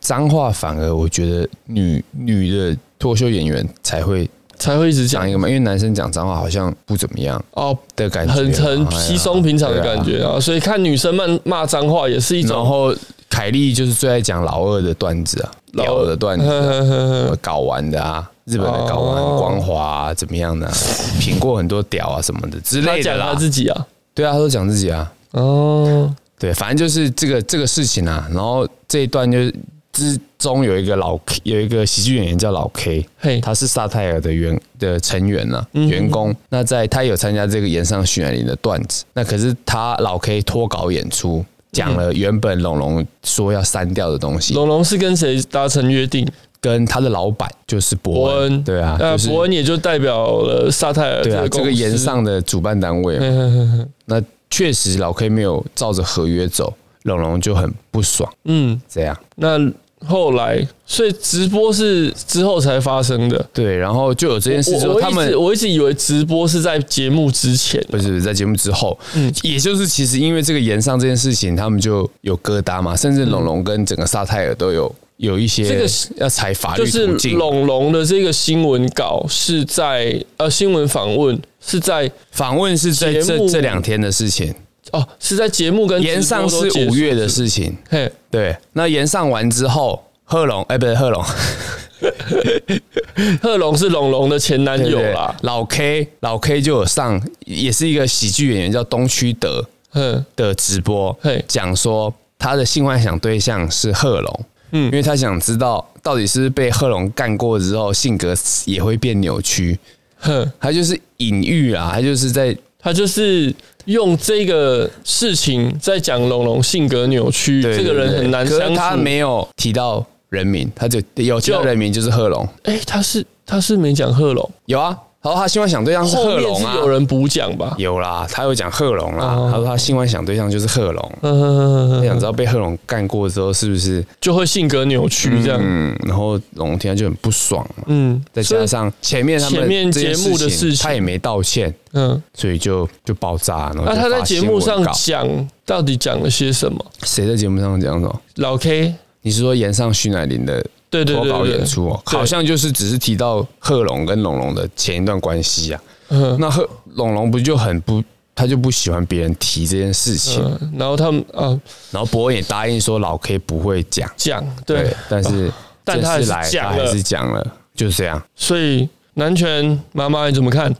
脏话，反而我觉得女女的脱口秀演员才会
才会一直
讲
讲
一个嘛，因为男生讲脏话好像不怎么样
哦，
的感觉啊，
很很
哎呀
稀松平常的感。
对啊
觉啊。所以看女生骂骂脏话也是一
啊然
种
后凯莉就是最爱讲老二的段子啊，老二的段子啊，搞完的啊。日本的搞完、
嗯哦
光华、啊、怎么样呢、品过很多屌啊什么的 之
他
类的
讲他
啦。
自己啊，
对啊，他都讲自己啊。
哦，
对，反正就是这个这个事情啊。然后这一段就是之中有一个老 K，有一个喜剧演员叫老 K，
嘿，嗯
他是萨泰尔的员的成员呐、员工。那在他有参加这个岩上巡演里的段子，那可是他老 K 脱稿演出，讲了原本龙龙说要删掉的东西，
龙龙是跟谁达成约定？
跟他的老板就是伯
伯
恩，
恩，
对啊，
那
就是
伯恩也就代表了萨泰尔
对啊，这
公
个
司
岩，上的主办单位嘛，
嘿嘿嘿嘿
那确实老 K 没有照着合约走，龙龙就很不爽，
嗯，
这样。
那后来，所以直播是之后才发生的。
对，然后就有这件事之
我
后，
我
他
一
们
直我一直以为直播是在节目之前，
不是不是在节目之后，
嗯
也就是其实因为这个延上这件事情，他们就有疙瘩嘛，甚至龙龙跟整个沙泰尔都有有一
嗯这
些
个
要采法
就
律
是
途径，
龙龙的这个新闻稿是在呃新闻访问是在
访问是在
节
这
目
这两天的事情，
哦是在节目跟
延上是五月的
事，
事情，
嘿，
对，那延上完之后。贺龙，哎、不是 贺龙，
贺龙是龙龙的前男友
对
啦，
老 K，老 K 就有上，也是一个喜剧演员，叫东区德
嗯
的直播
嘿，
讲说他的性幻想对象是贺龙，嗯，因为他想知道到底是不是被贺龙干过之后性格也会变扭曲，
哼，
他就是隐喻啊，他就是在
他就是用这个事情在讲龙龙性格扭曲，
对
这个人
对对
很难
可
相
是
处。
他没有提到人名，他就有提到
就
人名就是贺龙，
哎、他是他是没讲贺龙，
有啊，然后他新欢想对象是
后
贺
面
龙
是
啊，
有人补讲吧？
有啦，他有讲贺龙啦，他说他新欢想对象就是贺龙，
嗯哼哼哼
他
哼，
想知道被贺龙干过之后是不是
就会性格扭曲这样。
嗯，然后龙天就很不爽嘛，
嗯，
再
所以
加上前面他们
前面
这件
节目的事情
他也没道歉，
嗯，
所以就就爆炸。然后
那
就
他在
发
节
新
目
闻
上
稿
讲到底讲了些什么？
谁在节目上讲什么？
老 K，
你是说岩上徐乃麟的
对对
脱
对
稿
对，
演出哦？
对
好像就是只是提到贺龙跟龙龙的前一段关系啊。
嗯
那贺龙龙不就很不，他就不喜欢别人提这件事情。
嗯，然后他们啊
然后博恩也答应说老 K 不会讲，
讲对，啊
但是
但他还
正
是
式来
讲
他还
了
是讲了，就是这样。
所以南拳妈妈你怎么看？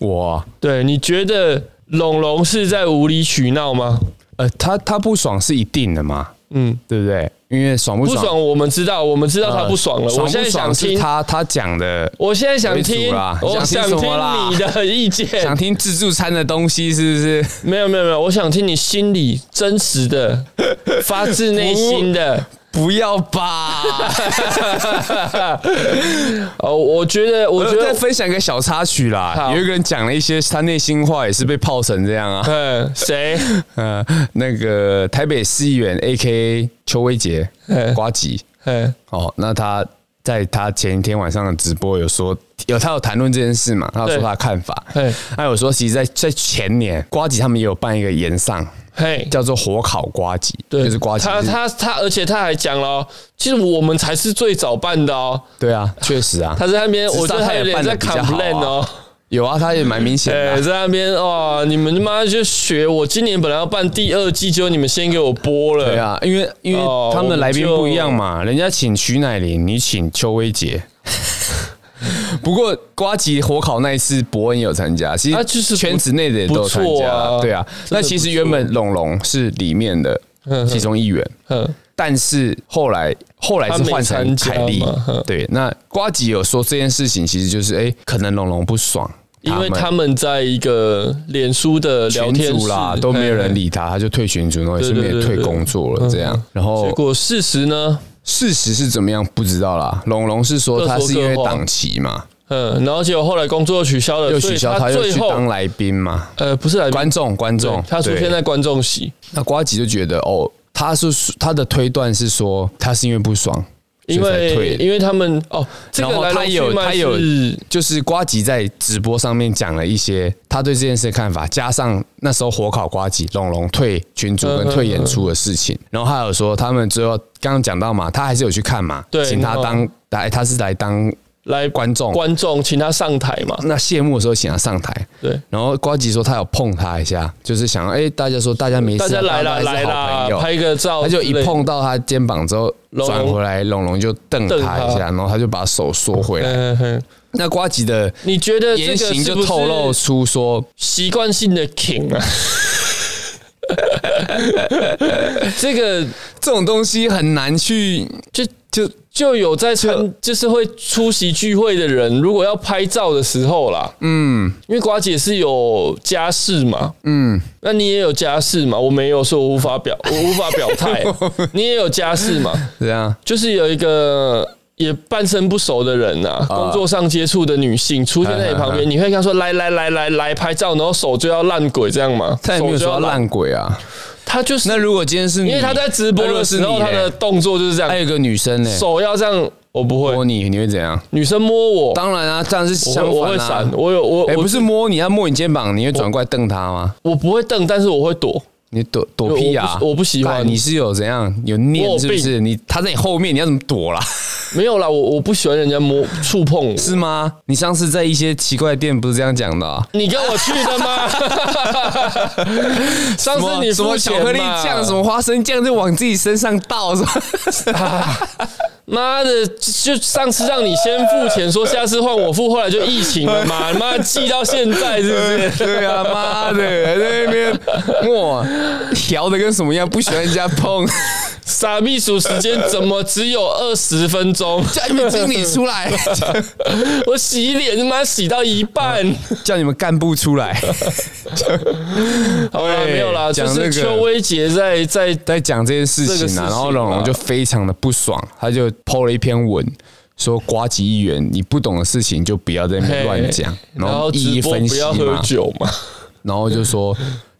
我
对，你觉得龙龙是在无理取闹吗？
呃，他他不爽是一定的嘛，
嗯，
对不对？因为爽不
不
爽，
爽我们知道，我们知道
呃
他不爽了。
爽
我现在
不
想
爽是
听，
他他讲的，
我现在想
为
听
主啦，
我
想
想
听什么啦
听你的意见。
想听自助餐的东西是不 是？
没有没有没有，我想听你心里真实 的、发自内心的。
不 要吧！
哦，我觉得，我
我
觉
觉得
得，
分享一个小插曲啦，
好
有一个人讲了一些他内心话，也是被泡成这样 啊。
嗯，谁？
呃，那个台北市议员 A K 邱 威杰
嗯
瓜吉，
嗯
哦，那他在他前一天晚上的直播有说，有他有谈论这件事嘛？他有说
对
他的看法
嘿，
他有说，其实在在前年瓜吉他们也有办一个演上，
嘿，
叫做火烤瓜吉，
对，
就是瓜吉
他
日
他他，而且他还讲了哦，其实我们才是最早办的哦。
对啊，确实啊，
他在那边，
只是
我觉得
他
他有
也
点
办得
在
比较好啊
complain 哦。
有啊，他也蛮明显的
哎、
啊、
在那边哇，你们他妈就学我，今年本来要办第二季，结果你们先给我播了。
对，啊，因为因
哦
为他们的来宾
我们就
不一样嘛，人家请徐乃麟，你请邱威杰。 不过瓜吉火烤那一次，伯恩也有参加，其
啊
实
就是不
圈子内的也都有参
不
加
错啊
对啊。
的
那其实原本龙龙是里面的其中一员，
嗯，
但是后来后来是换成凯莉
他没参加嘛嗯，
对。那瓜吉有说这件事情，其实就是哎、可能龙龙不爽，
因为他们在一个脸书的聊
群
天
主
室
啦都没有人
嘿
理他，他就退群主，然后也
对
顺
对
便也
对嗯
退
对
工作了，这样。然后
结果事实呢？
事实是怎么样不知道啦。龙龙是说他是因为档期嘛，
嗯，然后结果后来工作又取消了，
又取消，
呃所
他
以
又
最
去
后
当来宾嘛。
呃不是来宾
观众，观
对
众，
他出现
对
在观众席，
那瓜吉就觉得哦，他是他的推断是说他是因为不爽，
因
所以才
为
退
因为他们哦，这
然
个
后
来龙
他有
去脉
他有
是，
就是瓜吉在直播上面讲了一些他对这件事的看法，加上那时候火烤瓜吉、龙龙退群
嗯
主跟退演出的事情，然后还有说他们最后刚刚讲到嘛，他还是有去看嘛，
对嗯
请他当来他是来当
来
观众，
观众请他上台嘛，
那谢幕的时候请他上台，
对，
然后瓜吉说他有碰他一下，就是想哎、大家说大家没事啊、
大家来
大
啦
家还
来
是好
啦
朋，友
拍个照
他
之
就
类
一
的，
碰到他肩膀之后
龙
转回来，龙龙就瞪他
瞪
一
他
下，然后他就把手缩回来。
嗯哼，
那瓜吉的
你觉得这
言
个
行
是
就
不
透露
是
出说，
习惯性的 king 啊？ 这个
这种东西很难去
就就就有在参，就是会出席聚会的人，如果要拍照的时候啦，嗯，因为瓜姐是有家室嘛，嗯，那你也有家室嘛？我没有，所以我无法 表，我无法表态。你也有家室嘛？
这样，
就是有一个也半生不熟的人呐、
啊
工作上接触的女性出现在你旁边，你会跟她说来来来来来拍照，然后手就要烂鬼这样嘛？
他也没有
手就
说
要
他，烂鬼啊。
她就是
那如果今天是你，
因为她在直播
那如果
的
是
时候，
你哎
她的
嘞，
动作就是这
还
样，
有一个女生呢，
手要这样。我不会
摸，你你会怎样？
女生摸我，
当然啊，当然是
我
相
会
反啊。
我会闪，我有我
哎、
我
不是摸你，要摸你肩膀，你会转过来瞪他吗？
我不会瞪，但是我会躲。
你躲躲屁啊！
我不我不喜欢
干你是有怎样有
我有
念是不是？你他在你后面，你要怎么躲啦？
没有啦，我我不喜欢人家摸触碰我。
是吗？你上次在一些奇怪的店不是这样讲的、啊？
你跟我去的 吗？上次你
什么
付
什
钱
么巧克力
嘛
酱、什么花生酱就往自己身上 倒，是吧？
妈的，就上次让你先付钱，说下次换我付，后来就疫情了 嘛，妈记到现在是不是？
对啊，妈的，还在那边哇，调的跟什么样？不喜欢人家 碰，
傻秘书时间怎么只有二十分钟？
叫你们经理出来，
我洗脸他妈洗到一 半，
叫你们干部出来。
好啦，
对
没有啦，就
讲那
是
个
邱威杰在在
在讲这件事
这个
情
事情
啊，
嘛
然后龙龙就非常的不爽，他就 PO 了一篇文，说瓜吉议员，你不懂的事情就不要在那边乱讲
嘿，
然
然
后
后
一
直
一
播
E 分
不
析
要喝
嘛，
酒嘛，
然后就说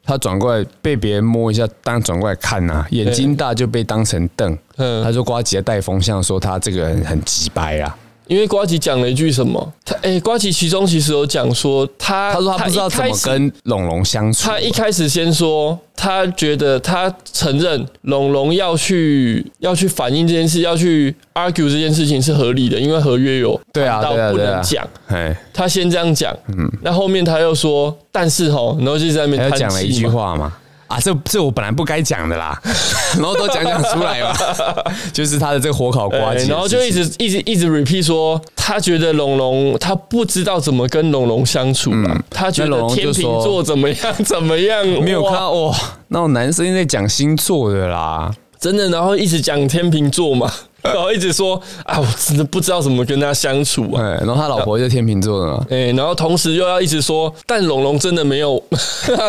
他转过来被别人摸一下，当然转过来看呐、眼睛大就被当成瞪。
嗯
他说瓜吉在带风向，说他这个人很鸡掰啊啦。
因为瓜吉讲了一句什么？他哎，瓜吉其中其实有讲说他，
他说他不知道
一
怎
开
么
始
跟龙龙相处。啊
他一开始先说，他觉得他承认龙龙要去要去反映这件事，要去 argue 这件事情是合理的，因为合约有
对啊
谈
对啊
到不
对啊
能讲。
哎，
他先这样讲，嗯，那后面他又说，但是吼，然后就在那边
他又
叹
讲了
气
一句
嘛，
话嘛，啊，这这我本来不该讲的啦， 然后都讲讲出来嘛，就是他的这个火烤瓜
哎
吉，
然后就一直一直一直 repeat 说，他觉得龙龙他不知道怎么跟龙龙相处了、他觉得
嗯那龙龙
天
就说
秤座怎么样怎么样，
没有
哇
看到哇，那种男生在讲星座的啦，
真的，然后一直讲天秤座嘛， 然后一直说啊，我真的不知道怎么跟他相处啊，
哎，然后他老婆就天秤座的嘛，
哎、然后同时又要一直说，但龙龙真的没有，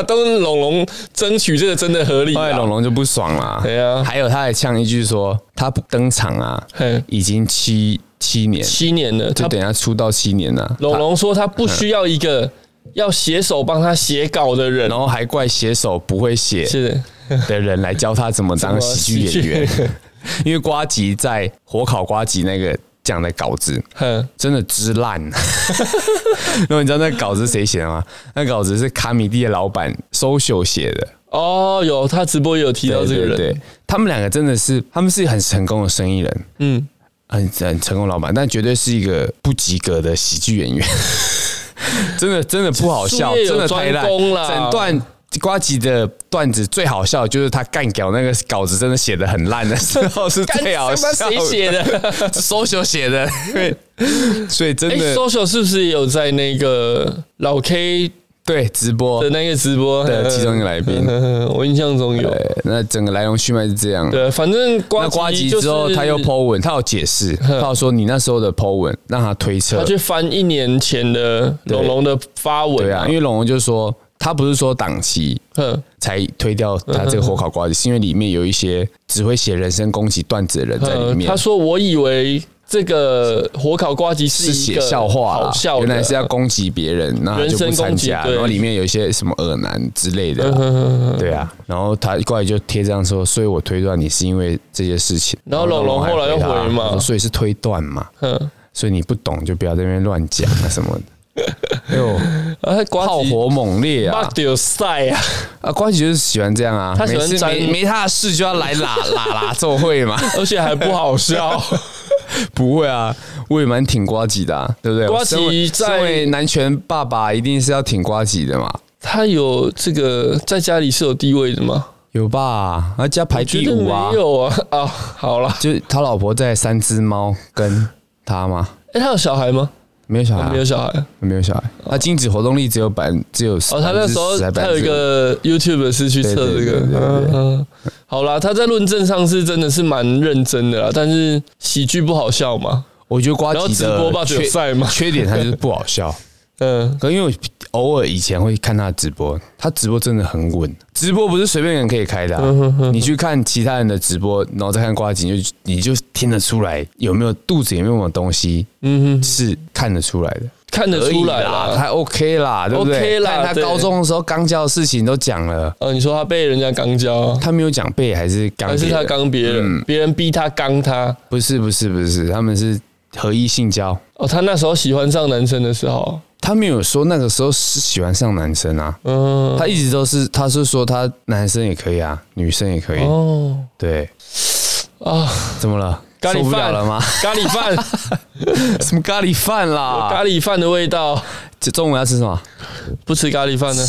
都是龙龙争取这个真的合理、
后来
啊。
哎龙龙就不爽啦，
对啊
还有他还呛一句说他不登场啊
嘿，
已经七七年，
七年了，
就
他
等一下出道七年了，
龙
他
龙说他不需要一个要写手帮他写稿的人
然，后还怪写手不会写，
是
的人来教他怎么当喜剧演员，因为瓜吉在火烤瓜吉那个讲的稿子
哼，
真的之烂。 然后你知道那稿子谁写的吗？那稿子是卡米蒂的老板 social 写的。
哦，有他直播也有提到这个人，
对对对他们两个真的是，他们是很成功的生意人，
嗯，
很很成功的老板，但绝对是一个不及格的喜剧演员。 真的真的不好笑，
术业有
真的太烂。
专攻啦
整段瓜吉的段子最好笑，就是他干屌那个稿子真的写的很烂的时 候是最好笑
干
的。
他妈谁写 的？
？social 写的， 所以真
哎
的、
，social 是不是也有在那个老 K
对直播
的那个直播
的其中一个来宾。
嗯 我印象中有。
对，那整个来龙去脉是这样。
对，反正瓜
那瓜
吉
吉
就是
之后，他又 Po 文，他有 解释，他有说你那时候的 Po 文让他推测
他，去翻一年前的龙龙的发
对
文
啊，因为龙龙就说他不是说档期，
哼，嗯
才推掉他这个火烤瓜子，是因为里面有一些只会写人身攻击段子的人在里
呃，
面
他，说我以为这个火烤瓜吉是
是
一
写
个
笑话啦
好笑的，
原 来是要攻击别人，那他就不
人身
参
攻击
加。
对
然后里面有一些什么耳男之类的
嗯
啦，
哼哼
对啊。然后他过来就贴这样说，所以我推断你是因为这些事情。
然后龙龙后来又
还
回
他
嘛嗯
我说所以是推断嘛，
哼，
所以你不懂就不要在那边乱讲啊什么 的。哎呦，
啊，
炮
瓜吉
火猛烈啊！
有赛啊，
啊，关系就是喜欢这样啊，
他喜
每
欢
次
沾
没没他的事就要来 拉拉拉奏会嘛。
而且还不好 笑。
不会啊，我也蛮挺瓜吉的、啊，对不对？
瓜吉
我身为
在
身为男权爸爸，一定是要挺瓜吉的嘛，
他有这个在家里是有地位的吗？
有吧？他家排第五啊
我觉得没，有啊 啊，好啦，
就是他老婆在三只猫跟他嘛，
哎，他有小孩吗？
没有小孩、啊，
没有小孩。
没有小孩，他精子活动力只有百分只有
哦，他那时候
10%
他有一个 YouTube 是去测这
对
个
对对对，对
嗯嗯，好啦，他在论证上是真的是蛮认真的啦，但是喜剧不好笑嘛，
我觉得瓜
然后
吉
直播吧
的
有
缺
赛嘛，
缺点，他就是不好笑。
嗯，
可因为我偶尔以前会看他的直播，他直播真的很稳。直播不是随便人可以开的、啊，
嗯
你去看其他人的直播，然后再看瓜吉，你就你就听得出来有没有肚子有没有什么东西，嗯，是看得出来的，
看得出来
啦，
啦。
他 OK 啦，对不对
OK 啦
看他
对
高中的时候刚教的事情都讲了，
呃，你说他被人家刚交啊，
他没有讲背还是刚，
还是他刚别
嗯
人，别人逼他刚他？
不是不是不是，他们是合一性交，
哦，他那时候喜欢上男生的时候，
他没有说那个时候是喜欢上男生啊，
嗯，
他一直都是他是说他男生也可以啊，女生也可以，
哦
对。
啊，
怎么了？
咖
受
喱
不了
饭
了吗？
咖喱饭，
什么咖喱饭啦？
咖喱饭的味道，
这中午要吃什么？
不吃咖喱饭呢？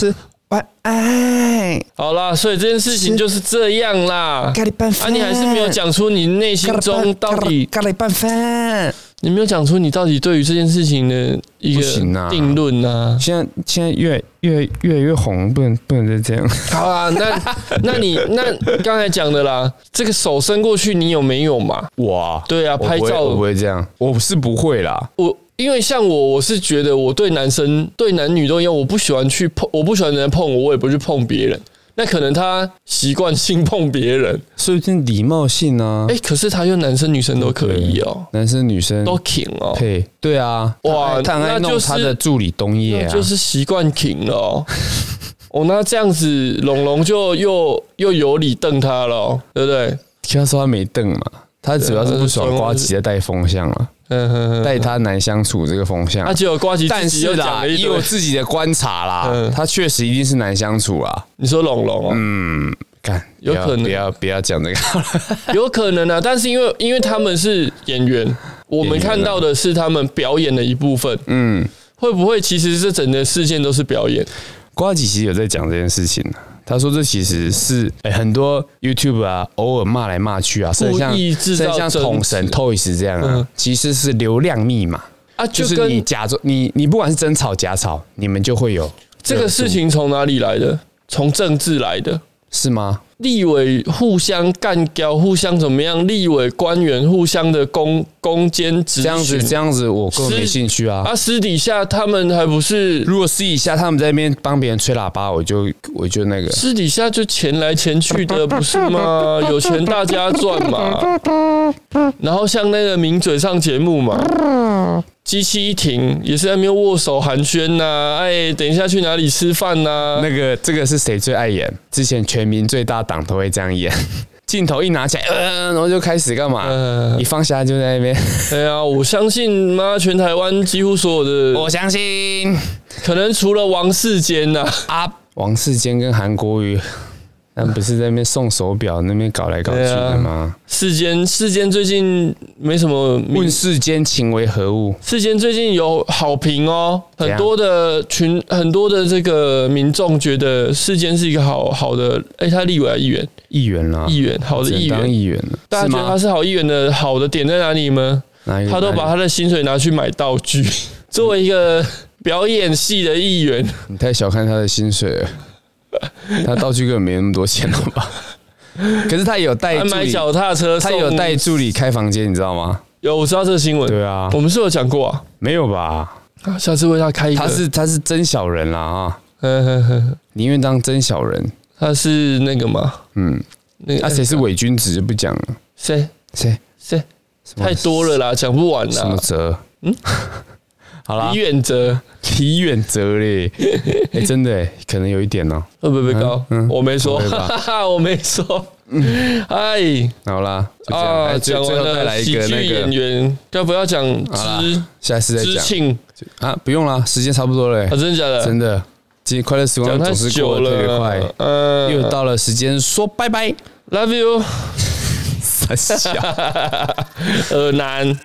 晚安
好啦，所以这件事情就是这样啦。
喱拌
啊，你还是没有讲出你内心中到底，
喱拌饭。
你没有讲出你到底对于这件事情的一
不行啊
个定论 呐、
现在现在越越越来越红，不能不能再这样。
啊。好啦，那 那你那刚才讲的啦，这个手伸过去你有没有嘛？
哇，
对啊，
我不
拍
会
照
我不会这样，我是不会啦。
我因为像我，我是觉得我对男生对男女都一样，我不喜欢去碰，我不喜欢人家碰我，我也不去碰别人。那可能他习惯性碰别人，
说不定礼貌性啊，
哎、可是他又男生女生都可以哦、
男生女生
都挺哦、
配，对啊，
哇
他很爱
那就
弄
是
他的助理冬叶
那
啊，
就是习惯挺了哦、 哦，那这样子，龙龙就又又有理瞪他了哦、对不对？
听他说他没凳嘛，他主要是不爽瓜吉在带风向嘛，
嗯哼哼，
带他难相处这个风向
那。结果瓜吉自
但
己
是
又讲
啦，
了一
以
堆
我，自己的观察啦
嗯，
他确实一定是难相处啦。
你说龙龙哦，
嗯，干，
有
不要
可能
不要不要讲这个。
有可能啊，但是因为因为他们是演员，我们看到的是他们表演的一部分，
嗯，
会不会其实这整个事件都是表演？
瓜吉其实有在讲这件事情啊他说这其实是、哎很多 YouTube 啊，偶尔骂来骂去啊，甚至像
故意制造
甚至像
争执
统神 Toys 这样啊，
嗯
其实是流量密码
啊
就
就是跟
你假装你你不管是真吵假吵，你们就会有
这个事情从哪里来的？从政治来的。
是吗？
立委互相干掉，互相怎么样？立委官员互相的攻攻坚执
这样子这样子，我根本没兴趣啊。
啊，私底下他们还不是
如果私底下他们在那边帮别人吹喇叭，我就我就那个
私底下就钱来钱去的，不是 吗？有钱大家赚嘛。然后像那个名嘴上节目嘛，机器一停也是在那边握手寒暄呐、哎，等一下去哪里吃饭呐、
那个这个是谁最爱演？之前全民最大党都会这样演， 镜头一拿起来，呃，然后就开始干嘛？
嗯
一放下就在那边。
哎呀，我相信妈，全台湾几乎所有的，
相信
可能除了王世坚呐、
啊，王世坚跟韩国瑜，他们不是在那边送手表，那边搞来搞去的吗？
世间世间最近没什么名
问世间情为何物？
世间最近有好评哦，
怎
很
样
多的群，很多的这个民众觉得世间是一个好好的，哎、他立委还议员，
议员啦，
议员，好的
啊只能
议
当
员，
议员了，
大家
是
觉得
吗
他？是好议员的好的点在哪里吗？
哪一个
他都把
哪
他的薪水拿去买道具， 作为一个表演系的议员，
里你太小看他的薪水 了，他道具根本没那么多钱了吧？可是他有带
还
哎助
买
理，
脚踏车，
他有
送
带助理开房间，你知道吗？
有，我知道这个新闻，
对啊
我，们是有讲过啊，
没有吧？
啊下次为他开一个，
他是他是真小人啦啊，
呵呵呵，
宁愿当真小人。
他是那个嘛，
嗯，
那个
啊，谁是伪君子就不讲了，
谁
谁
谁
什么
太多了啦，讲不完
什么嗯
啦。
哲？嗯， 好啦
李，远哲
李远哲 嘞，哎、真的欸可能有一点哦、
会不会被告？
嗯嗯
我没说，
不会
哈
吧嗯
哈， 我没说。哎
好啦，就这样，
啊，
哎最
讲
最
完
后再来
了
一
喜
个
剧
那
演
个，
员，该不要讲
好啦
知
下次再
知
讲
庆
啊，不用啦，时间差不多了欸、
啊？真的假的？
真的，今天快乐时光
讲太
总是
久
过得特别
了
快，，
嗯
又到了时间说拜拜，
，Love you，
三小。
呃，男。